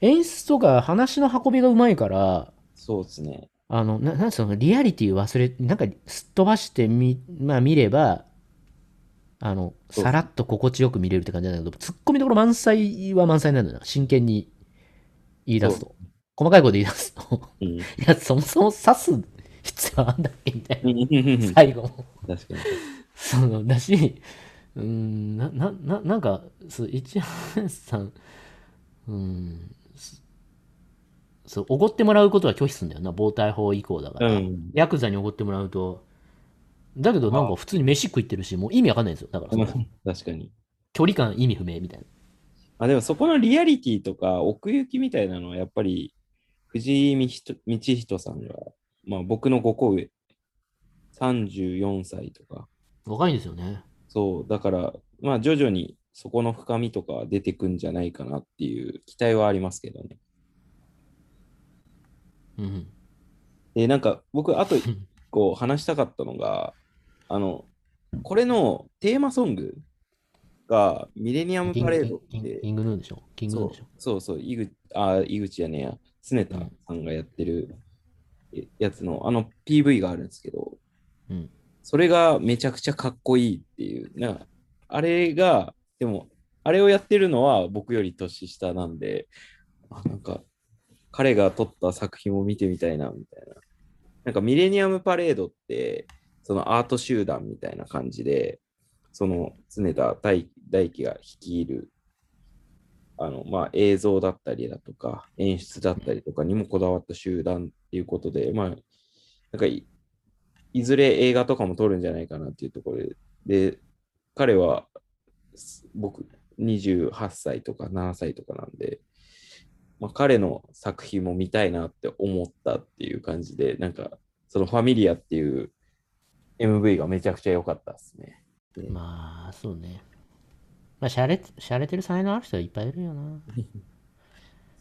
Speaker 2: 演出とか話の運びがうまいから
Speaker 3: そうですね。
Speaker 2: あの、な、なんそのリアリティ忘れ、なんかすっ飛ばしてみ、まあ見れば、あの、
Speaker 3: そう
Speaker 2: さらっと心地よく見れるって感じなんだけど、突っ込みどころ満載は満載なんだよな。真剣に言い出すと。細かいこと言い出すと。 (laughs)
Speaker 3: (laughs) うん。
Speaker 2: いや、そもそも刺す必要あんだっけみたいな。
Speaker 3: 確か
Speaker 2: 最後も。
Speaker 3: に。
Speaker 2: その、だし、うーん、な、な、な、なんか、そう、一橋さん、うーん、すそう、おごってもらうことは拒否するんだよな、防体法以降だか
Speaker 3: う
Speaker 2: ら。
Speaker 3: ん。
Speaker 2: ヤクザにおごってもらうと、だけどなんか普通に飯食いってるし、もう意味わかんないんですよ。だからその
Speaker 3: 確かに。
Speaker 2: 距離感意味不明みたいな。
Speaker 3: あでもそこのリアリティとか奥行きみたいなのはやっぱり藤井道人道人さんが、まあ、僕の5個上、34歳とか、
Speaker 2: 若いんですよね。
Speaker 3: そう、だから、まあ、徐々にそこの深みとか出てくんじゃないかなっていう期待はありますけどね。
Speaker 2: うん。
Speaker 3: で、なんか、僕、あと1個話したかったのが、あの、これのテーマソングが、ミレニアム
Speaker 2: キン
Speaker 3: パレード
Speaker 2: グ
Speaker 3: っ、
Speaker 2: キン
Speaker 3: て
Speaker 2: グ、キングヌーでしょキングヌーでしょ
Speaker 3: そうそうそう、井口、あ、井口やねや、常田さんがやってるえやつの、あの PV があるんですけど、
Speaker 2: うん
Speaker 3: それがめちゃくちゃかっこいいっていう、なんか、あれが、でも、あれをやってるのは僕より年下なんで、あなんか、彼が撮った作品を見てみたいな、みたいな。なんか、ミレニアムパレードって、そのアート集団みたいな感じで、その常田大大輝が率いるあの、まあ、映像だったりだとか、演出だったりとかにもこだわった集団っていうことで、まあ、なんかい、いずれ映画とかも撮るんじゃないかなっていうところで、で、彼は、す僕、28歳とか7歳とかなんで、まあ、彼の作品も見たいなって思ったっていう感じで、なんか、そのファミリアっていう MV がめちゃくちゃ良かったですね。
Speaker 2: まあ、そうね。まあ、しゃれ、しゃれてる才能ある人はいっぱいいるよな。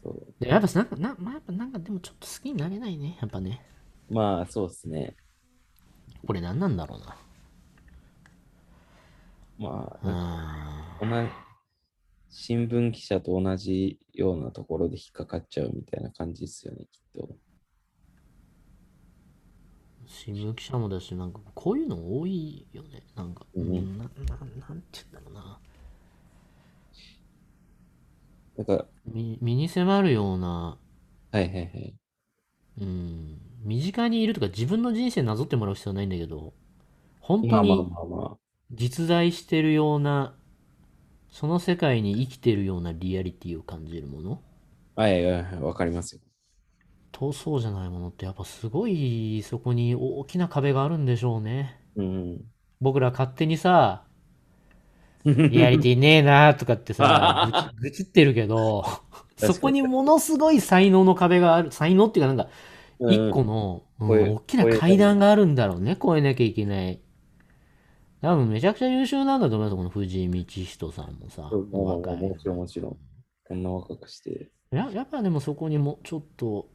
Speaker 3: そう
Speaker 2: でやっぱなんか、なまあ、やっぱなんかでもちょっと好きになれないね。やっぱね。
Speaker 3: まあ、そうですね。
Speaker 2: これ何なんだろう
Speaker 3: まあ、
Speaker 2: な。
Speaker 3: 同じ新聞記者と同じようなところで引っかかっちゃうみたいな感じですよね、きっと。
Speaker 2: うん。新聞記者もだし、なんかこういうの多いよね。なんか、
Speaker 3: うん
Speaker 2: うんなななんて言うんだろうな。
Speaker 3: なんか、
Speaker 2: み身に迫るような、
Speaker 3: はいはいはい。
Speaker 2: うん、身近にいるとか自分の人生なぞってもらう必要はないんだけど、本当
Speaker 3: まあまあ
Speaker 2: に
Speaker 3: まあま
Speaker 2: 実在してるような、その世界に生きてるようなリアリティを感じるもの
Speaker 3: あ。はいはいはい、わかりますよ。
Speaker 2: とそうじゃないものってやっぱすごいそこに大きな壁があるんでしょうね。
Speaker 3: うん。
Speaker 2: 僕ら勝手に
Speaker 3: (laughs)
Speaker 2: さ、リアリティねえなとかってさ、
Speaker 3: (laughs)
Speaker 2: 愚痴愚痴ってるけど、
Speaker 3: かに
Speaker 2: そこにものすごい才能の壁がある、才能っていうかなんか、
Speaker 3: うん
Speaker 2: 一個の、うん
Speaker 3: こういう
Speaker 2: 大きな階段があるんだろうね、越えなきゃいけない。多分めちゃくちゃ優秀なんだと思います、この藤井道人さんもさ。
Speaker 3: そうまあまあ
Speaker 2: お若い
Speaker 3: もちろんもちろんこんな若くして。
Speaker 2: ややっぱでもそこにもちょっと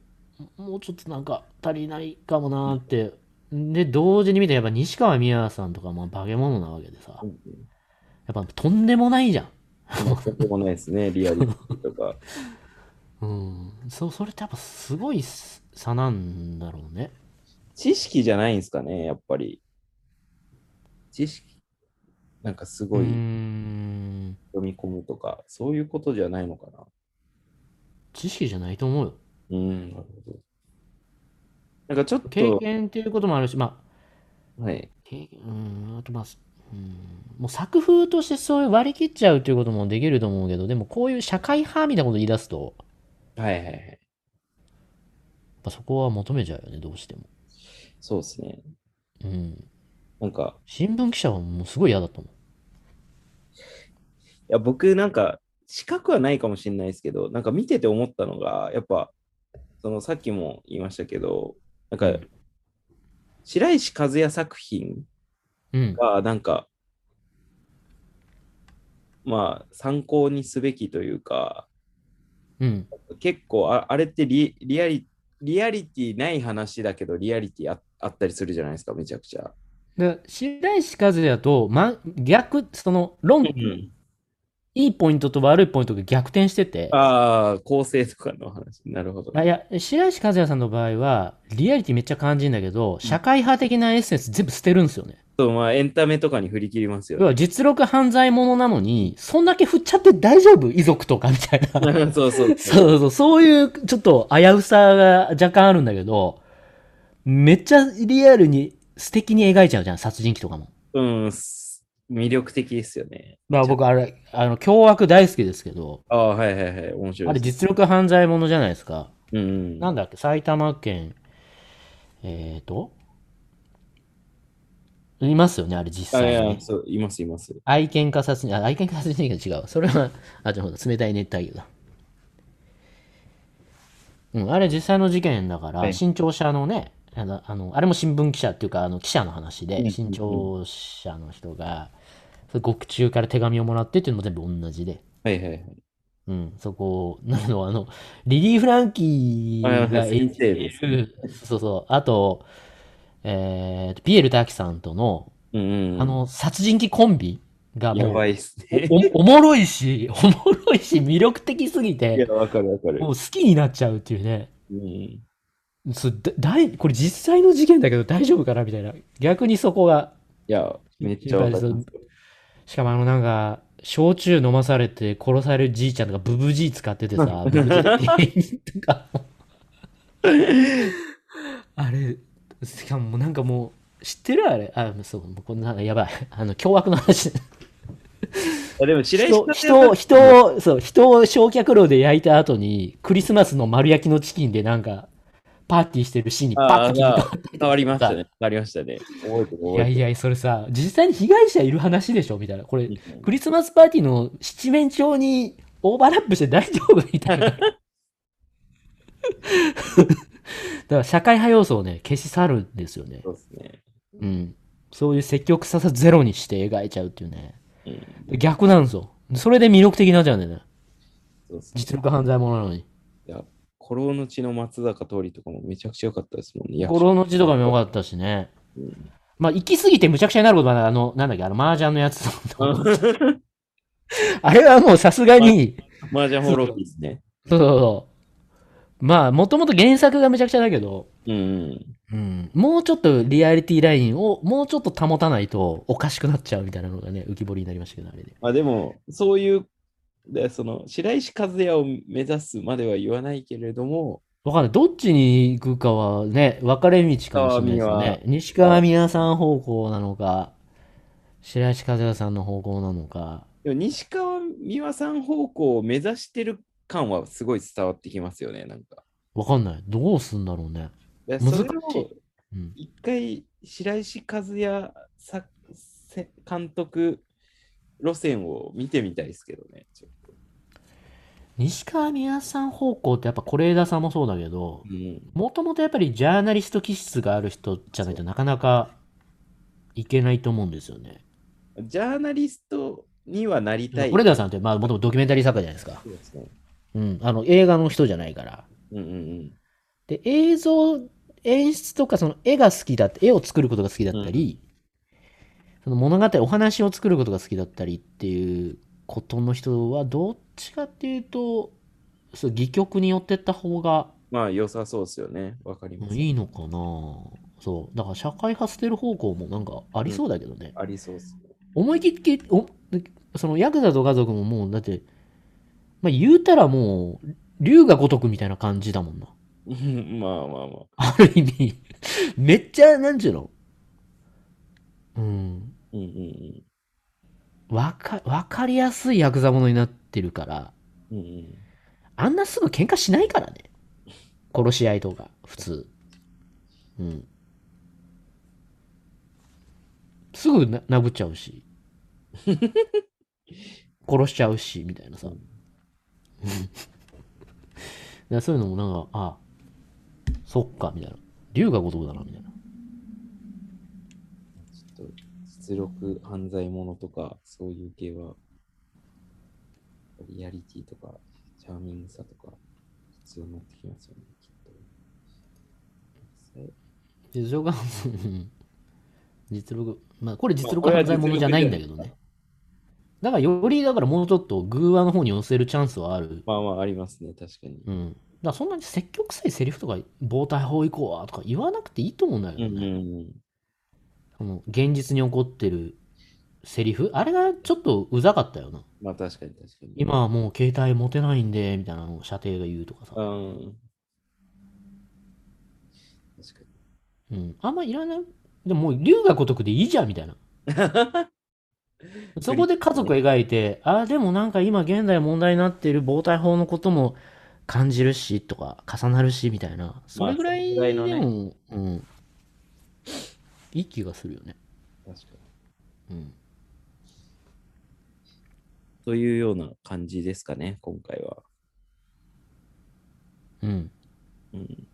Speaker 2: もうちょっとなんか足りないかもなーってで同時に見てやっぱ西川美和さんとかも化け物なわけでさ
Speaker 3: うん
Speaker 2: やっぱとんでもないじゃん
Speaker 3: 全くもないですね、リアリティとか。
Speaker 2: うんそそれってやっぱすごい差なんだろうね
Speaker 3: 知識じゃないんですかね、やっぱり。知識、なんかす
Speaker 2: う
Speaker 3: ご
Speaker 2: ー
Speaker 3: い
Speaker 2: ん
Speaker 3: 読み込むとか、そういうことじゃないのかな。
Speaker 2: 知識じゃないと思うよ
Speaker 3: うん、なるほど。なんかちょっと、
Speaker 2: 経験っていうこともあるしまあ
Speaker 3: はい。
Speaker 2: 経験うんあとまあうんもう作風としてそういう割り切っちゃうっていうこともできると思うけどでもこういう社会派みたいなこと言い出すと
Speaker 3: はいはいはい。
Speaker 2: やっぱそこは求めちゃうよね、どうしても。
Speaker 3: そうですね。
Speaker 2: うん。
Speaker 3: なんか、
Speaker 2: 新聞記者はもうすごい嫌だと思
Speaker 3: いや僕なんか、資格はないかもしれないですけど、なんか見てて思ったのが、やっぱ、そのさっきも言いましたけど、なんか、白石和也作品
Speaker 2: う。うん。
Speaker 3: が、なんか、まあ、参考にすべきというか、
Speaker 2: うん。
Speaker 3: 結構あ、あれってリリアリリアリティない話だけど、リアリティああったりするじゃないですか、めちゃくちゃ。
Speaker 2: で白石和也と、ま、逆、その、論、いいポイントと悪いポイントが逆転してて、
Speaker 3: ああ、構成とかの話。なるほど。
Speaker 2: あいや、白石和也さんの場合は、リアリティめっちゃ感じるんだけど、社会派的なエッセンス全部捨てるんですよね。
Speaker 3: そう、まあ、エンタメとかに振り切りますよ
Speaker 2: 要
Speaker 3: ね。
Speaker 2: は実力犯罪者なのに、そんだけ振っちゃって大丈夫遺族とかみたいな。
Speaker 3: (laughs) そうそ
Speaker 2: (laughs) そ
Speaker 3: う。
Speaker 2: うそうそう、そういうちょっと危うさが若干あるんだけど、めっちゃリアルに素敵に描いちゃうじゃん、殺人鬼とかも。
Speaker 3: うん、す魅力的ですよね。
Speaker 2: まあ僕あれ、あの、凶悪大好きですけど、
Speaker 3: ああ、はいはいはい。面白
Speaker 2: あ
Speaker 3: い
Speaker 2: れ
Speaker 3: です。
Speaker 2: 実力犯罪者じゃないですか。
Speaker 3: うんうん。
Speaker 2: なんだっけ、埼玉県、えーと、いますよね、あれ実
Speaker 3: あ
Speaker 2: 際
Speaker 3: い
Speaker 2: に
Speaker 3: や、
Speaker 2: ね。
Speaker 3: そう、いますいます。
Speaker 2: 愛犬家殺人、あ、愛犬家殺人鬼が違うわ。それは、あ、ちょっと冷たい熱帯魚だ。うん、あれ実際の事件だから、
Speaker 3: はい
Speaker 2: 新潮社のね、あの、あのあれも新聞記者っていうか、あの記者の話
Speaker 3: うんうんう
Speaker 2: で、
Speaker 3: ん
Speaker 2: 新潮社の人が、それ獄中から手紙をもらってっていうのも全部同じで、
Speaker 3: はいはいはい。
Speaker 2: うん、そこ、なの、あの、リリー・フランキーが演じてい
Speaker 3: あ
Speaker 2: る、そうそう、あと、えーと、ピエール瀧さんとの、
Speaker 3: うんうんうん。
Speaker 2: あの、殺人鬼コンビが
Speaker 3: や
Speaker 2: もう、
Speaker 3: ばいっすね。
Speaker 2: お、おもろいし、おもろいし、魅力的すぎ
Speaker 3: い
Speaker 2: て
Speaker 3: や、、わかるわかる
Speaker 2: も。う好きになっちゃうっていうね。
Speaker 3: うん。
Speaker 2: そうだ大これ実際の事件だけど大丈夫かなみたいな。逆にそこが。
Speaker 3: いや、めっちゃわかります。
Speaker 2: しかもあのなんか、焼酎飲まされて殺されるじいちゃんとかブブじい使っててさ、ブブじいと
Speaker 3: (laughs)
Speaker 2: か。あれ、しかももうなんかもう、知ってるあれ。あ、そう、もうこんな、やばい。あの、凶悪の話。
Speaker 3: あでも白石
Speaker 2: 人
Speaker 3: さん
Speaker 2: を、人を、
Speaker 3: の
Speaker 2: 人を、そう、人を焼却炉で焼いた後に、クリスマスの丸焼きのチキンでなんか、パーティーしてるシーンにパ
Speaker 3: あ
Speaker 2: ッと
Speaker 3: ー
Speaker 2: 切り替わ
Speaker 3: が変わりましたね。変わりましたね。覚え
Speaker 2: い
Speaker 3: てる覚
Speaker 2: や
Speaker 3: え
Speaker 2: い
Speaker 3: て
Speaker 2: や、それさ、実際に被害者いる話でしょみたいな。これ、
Speaker 3: る。
Speaker 2: クリスマスパーティーの七面鳥にオーバーラップして大丈夫み (laughs) たいな。だから社会派要素をね、消し去るんですよね。
Speaker 3: そうですね。
Speaker 2: うん。そういう積極ささゼロにして描いちゃうっていうね。
Speaker 3: うん
Speaker 2: 逆なんですよ。それで魅力的になっちゃうんだよね。
Speaker 3: そうっすね
Speaker 2: 実力犯罪者なのに。
Speaker 3: 古老の地の松坂通りとかもめちゃくちゃ良かったですもんね。
Speaker 2: 五郎の字とかも良かったしね。まあ、行き過ぎてむちゃくちゃになることはないあの、なんだっけ、あの、麻雀のやつ。 (laughs)
Speaker 3: (laughs)
Speaker 2: あれはもうさすがに、
Speaker 3: マージャンホローですね。
Speaker 2: そうそうそう。まあ、もともと原作がめちゃくちゃだけど、
Speaker 3: うんうん。
Speaker 2: うん、もうちょっとリアリティラインをもうちょっと保たないとおかしくなっちゃうみたいなのがね、浮き彫りになりましたけど、あれで。
Speaker 3: まあでも、そういう、でその白石和也を目指すまでは言わないけれども、
Speaker 2: わかんない。どっちに行くかはね、分かれ道かもしれないですよ
Speaker 3: 川
Speaker 2: ね。西川美奈さん方向なのか、白石和也さんの方向なのか。
Speaker 3: でも西川美和さん方向を目指してる感はすごい伝わってきますよね、なんか。
Speaker 2: わかんない。どうすんだろうね。
Speaker 3: で
Speaker 2: 難し
Speaker 3: そ
Speaker 2: い
Speaker 3: れを
Speaker 2: うん。
Speaker 3: 一回、白石和也させ監督路線を見てみたいですけどね。ちょっと
Speaker 2: 西川美奈さん方向ってやっぱ是枝さんもそうだけど、
Speaker 3: うん、
Speaker 2: もともとやっぱりジャーナリスト気質がある人じゃないとなかなかいけないと思うんですよね。
Speaker 3: ジャーナリストにはなりたい。
Speaker 2: 是枝さんって、まあ、もともとドキュメンタリー作家じゃないですか。
Speaker 3: そうですね。
Speaker 2: うん。あの、映画の人じゃないから。
Speaker 3: うんうんうん。
Speaker 2: で、映像、演出とか、その絵が好きだって、絵を作ることが好きだったり、その物語、お話を作ることが好きだったりっていうことの人は、どっちかっていうと、そう、戯曲に寄ってった方が
Speaker 3: まあ良さそうですよね。わかります。
Speaker 2: いいのかなそう。だから社会派捨てる方向もなんかありそうだけどね。
Speaker 3: ありそうですね。
Speaker 2: 思い切って、お、そのヤクザと家族ももう、だって、まあ言うたらもう、龍が如くみたいな感じだもんな。
Speaker 3: うん (laughs) まあまあまあ。
Speaker 2: ある意味、 (laughs) めっちゃ、なんちゅうのうん。
Speaker 3: うんうん
Speaker 2: わか、わかりやすいヤクザものになってるから、
Speaker 3: うん。うんうん、
Speaker 2: あんなすぐ喧嘩しないからね。殺し合いとか、普通。うん。すぐな殴っちゃう (laughs) し。殺しちゃうし、みたいなさ。うん (laughs) だからそういうのもなんか、あそっか、みたいな。龍が如くだな、みたいな。
Speaker 3: ちょっと出力犯罪者とか、そういう系は、リアリティとか、チャーミングさとか、必要になってきますよね、きっと。
Speaker 2: 実力犯罪、うん実力、まあこれ実力犯罪者じゃないんだけどね。だからより、だからもうちょっと偶話の方に寄せるチャンスはある。
Speaker 3: まあまあ、ありますね、確かに。
Speaker 2: うん。だからそんなに積極臭いセリフとか、防体法以降はとか言わなくていいと思うんだけ
Speaker 3: う
Speaker 2: ど
Speaker 3: んう
Speaker 2: ね。
Speaker 3: んうん。
Speaker 2: その現実に起こってるセリフ、あれがちょっとうざかったよな。
Speaker 3: まあ確かに確かに。
Speaker 2: 今はもう携帯持てないんで、みたいなのを射程が言うとかさ。
Speaker 3: うん。確かに。
Speaker 2: うん。あんまいらない。でももう龍が如くでいいじゃん、みたいな。そこで家族を描いて、ああ、でもなんか今現代問題になっている防体法のことも感じるし、とか、重なるし、みたいな。それぐらい
Speaker 3: それ
Speaker 2: で
Speaker 3: ぐ
Speaker 2: も、
Speaker 3: らいの
Speaker 2: うん。いい気がするよね。
Speaker 3: 確かに。
Speaker 2: うん。
Speaker 3: というような感じですかね、今回は。
Speaker 2: うん。
Speaker 3: うん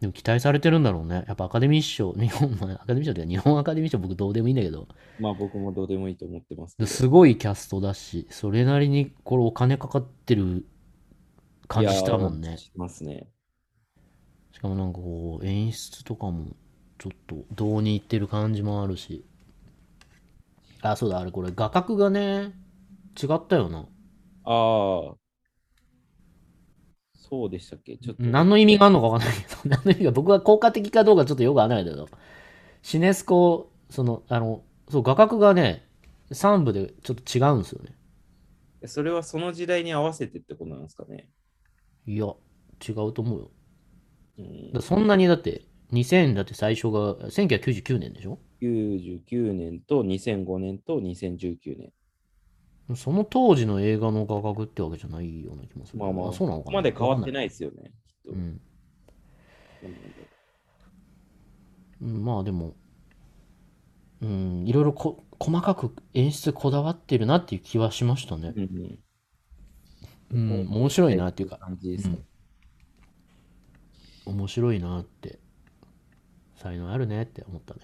Speaker 2: でも期待されてるんだろうね。やっぱアカデミー賞、日本のアカデミー賞って日本アカデミー賞僕どうでもいいんだけど、
Speaker 3: まあ僕もどうでもいいと思ってますけど。
Speaker 2: すごいキャストだし、それなりにこれお金かかってる感じしたもん
Speaker 3: いや
Speaker 2: ね
Speaker 3: ー。しますね。
Speaker 2: しかもなんかこう、演出とかもちょっとどうにいってる感じもあるし。あ、そうだ、あれこれ画角がね、違ったよな。
Speaker 3: ああ。そうでしたっけちょっと。
Speaker 2: 何の意味があるのかわかんないけど、 (laughs) 何の意味が、僕は効果的かどうかちょっとよくわからないけど、シネスコ、その、あの、そう、画角がね、3部でちょっと違うんですよね。
Speaker 3: それはその時代に合わせてってことなんですかね。
Speaker 2: いや、違うと思うよ。
Speaker 3: うん
Speaker 2: だそんなにだって、2000だって最初が、1999年でしょ
Speaker 3: 99年と2005年と2019年。
Speaker 2: その当時の映画の画角ってわけじゃないような気もする。
Speaker 3: まあまあ、
Speaker 2: そうなのか
Speaker 3: ここ
Speaker 2: な
Speaker 3: まで変わって
Speaker 2: い。
Speaker 3: ないですよね。きっと
Speaker 2: うん。うんまあでも、うん、いろいろこ細かく演出こだわってるなっていう気はしましたね
Speaker 3: う。ん
Speaker 2: うん、
Speaker 3: うん
Speaker 2: 面白いなっていうか、
Speaker 3: 感じですね。
Speaker 2: 面白いなって、才能あるねって思ったね。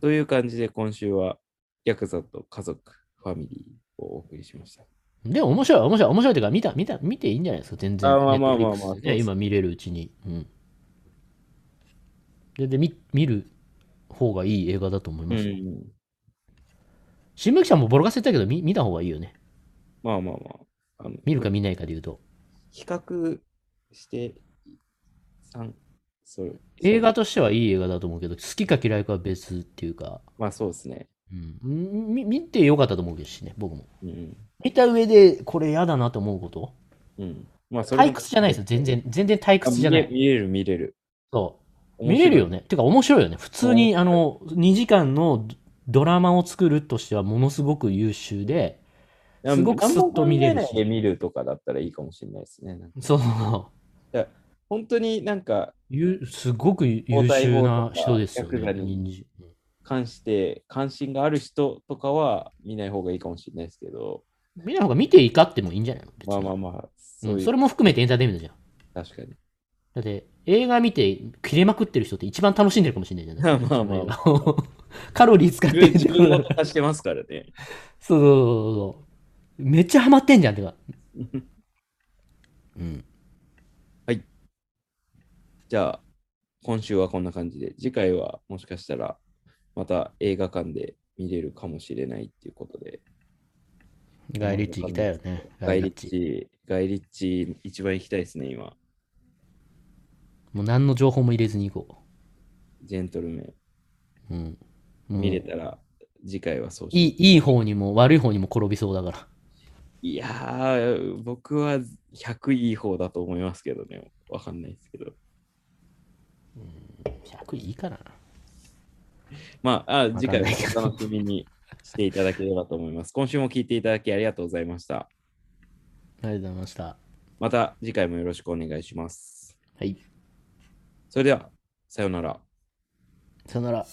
Speaker 3: という感じで今週は、ヤクザと家族、ファミリーをお送りしました。
Speaker 2: でも面白い、面白い、面白いっていうか、見た、見た、見ていいんじゃないですか、全然。
Speaker 3: あまあまあまあまあ
Speaker 2: Netflix で
Speaker 3: そう
Speaker 2: ね、
Speaker 3: です
Speaker 2: 今見れるうちに。うん。で、で見見る方がいい映画だと思いますよ。
Speaker 3: うん
Speaker 2: 新聞記者もボロカス言ったけど、見見た方がいいよね。
Speaker 3: まあまあまあ。あの
Speaker 2: 見るか見ないかで言うと。
Speaker 3: 比較して、三それ
Speaker 2: 映画としてはいい映画だと思うけど、好きか嫌いかは別っていうか、
Speaker 3: まあそうですね。
Speaker 2: うん、み見てよかったと思うけどしね、僕も。
Speaker 3: うん。
Speaker 2: 見た上で、これ嫌だなと思うこと
Speaker 3: うん。まあそれ
Speaker 2: 退屈じゃないですよ、全然。全然退屈じゃな
Speaker 3: あ
Speaker 2: い。
Speaker 3: 見れ見れる見れる。
Speaker 2: そう。
Speaker 3: 面
Speaker 2: 見
Speaker 3: 白い
Speaker 2: れるよね。てか、面白いよね。普通に、あの、2時間のドドラマを作るとしては、ものすごく優秀で、すごくスッと見れるし
Speaker 3: 何も考えないで見るとかだったらいいかもしれないですね。なんか
Speaker 2: そうそうそう
Speaker 3: 本当になんか、
Speaker 2: ゆすごく優秀な人ですよ
Speaker 3: 交
Speaker 2: ね。
Speaker 3: 代法とか
Speaker 2: 人事
Speaker 3: 関して、関心がある人とかは見ない方がいいかもしれないですけど、
Speaker 2: 見ない方が見ていいかってもいいんじゃないの別に
Speaker 3: まあまあまあ、そううんいう、
Speaker 2: それも含めてエンターテインメントじゃん。
Speaker 3: 確かに。 (laughs)
Speaker 2: だって、映画見て、切れまくってる人って一番楽しんでるかもしれないじゃない
Speaker 3: (laughs)
Speaker 2: (laughs)
Speaker 3: まあまあまあ
Speaker 2: その映画をカロリー使ってる
Speaker 3: 自分ごと化してますからね。
Speaker 2: そうそうそうそう。めっちゃハマってんじゃん、てか。うん。
Speaker 3: じゃあ、今週はこんな感じで、次回はもしかしたら、また映画館で見れるかもしれないっていうことで、
Speaker 2: ガイリッチ行きたいよね。
Speaker 3: ガイリッ。チ、ガイリッチ、一番行きたいですね、今。
Speaker 2: もう何の情報も入れずに行こ
Speaker 3: ジェントルメン。
Speaker 2: う。うん。もう
Speaker 3: 見れたら、次回はそうし
Speaker 2: いい、いい方にも悪い方にも転びそうだから。
Speaker 3: いやー、僕は100いい方だと思いますけどね。わかんないですけど。
Speaker 2: 100いいかな。
Speaker 3: まあ、あ
Speaker 2: かん
Speaker 3: 次回は
Speaker 2: ないけど
Speaker 3: お楽しみにしていただければと思います。今週も聞いていただきありがとうございました。
Speaker 2: ありがとうございました。
Speaker 3: また次回もよろしくお願いします。
Speaker 2: はい。
Speaker 3: それでは、さようなら。
Speaker 2: さよなら。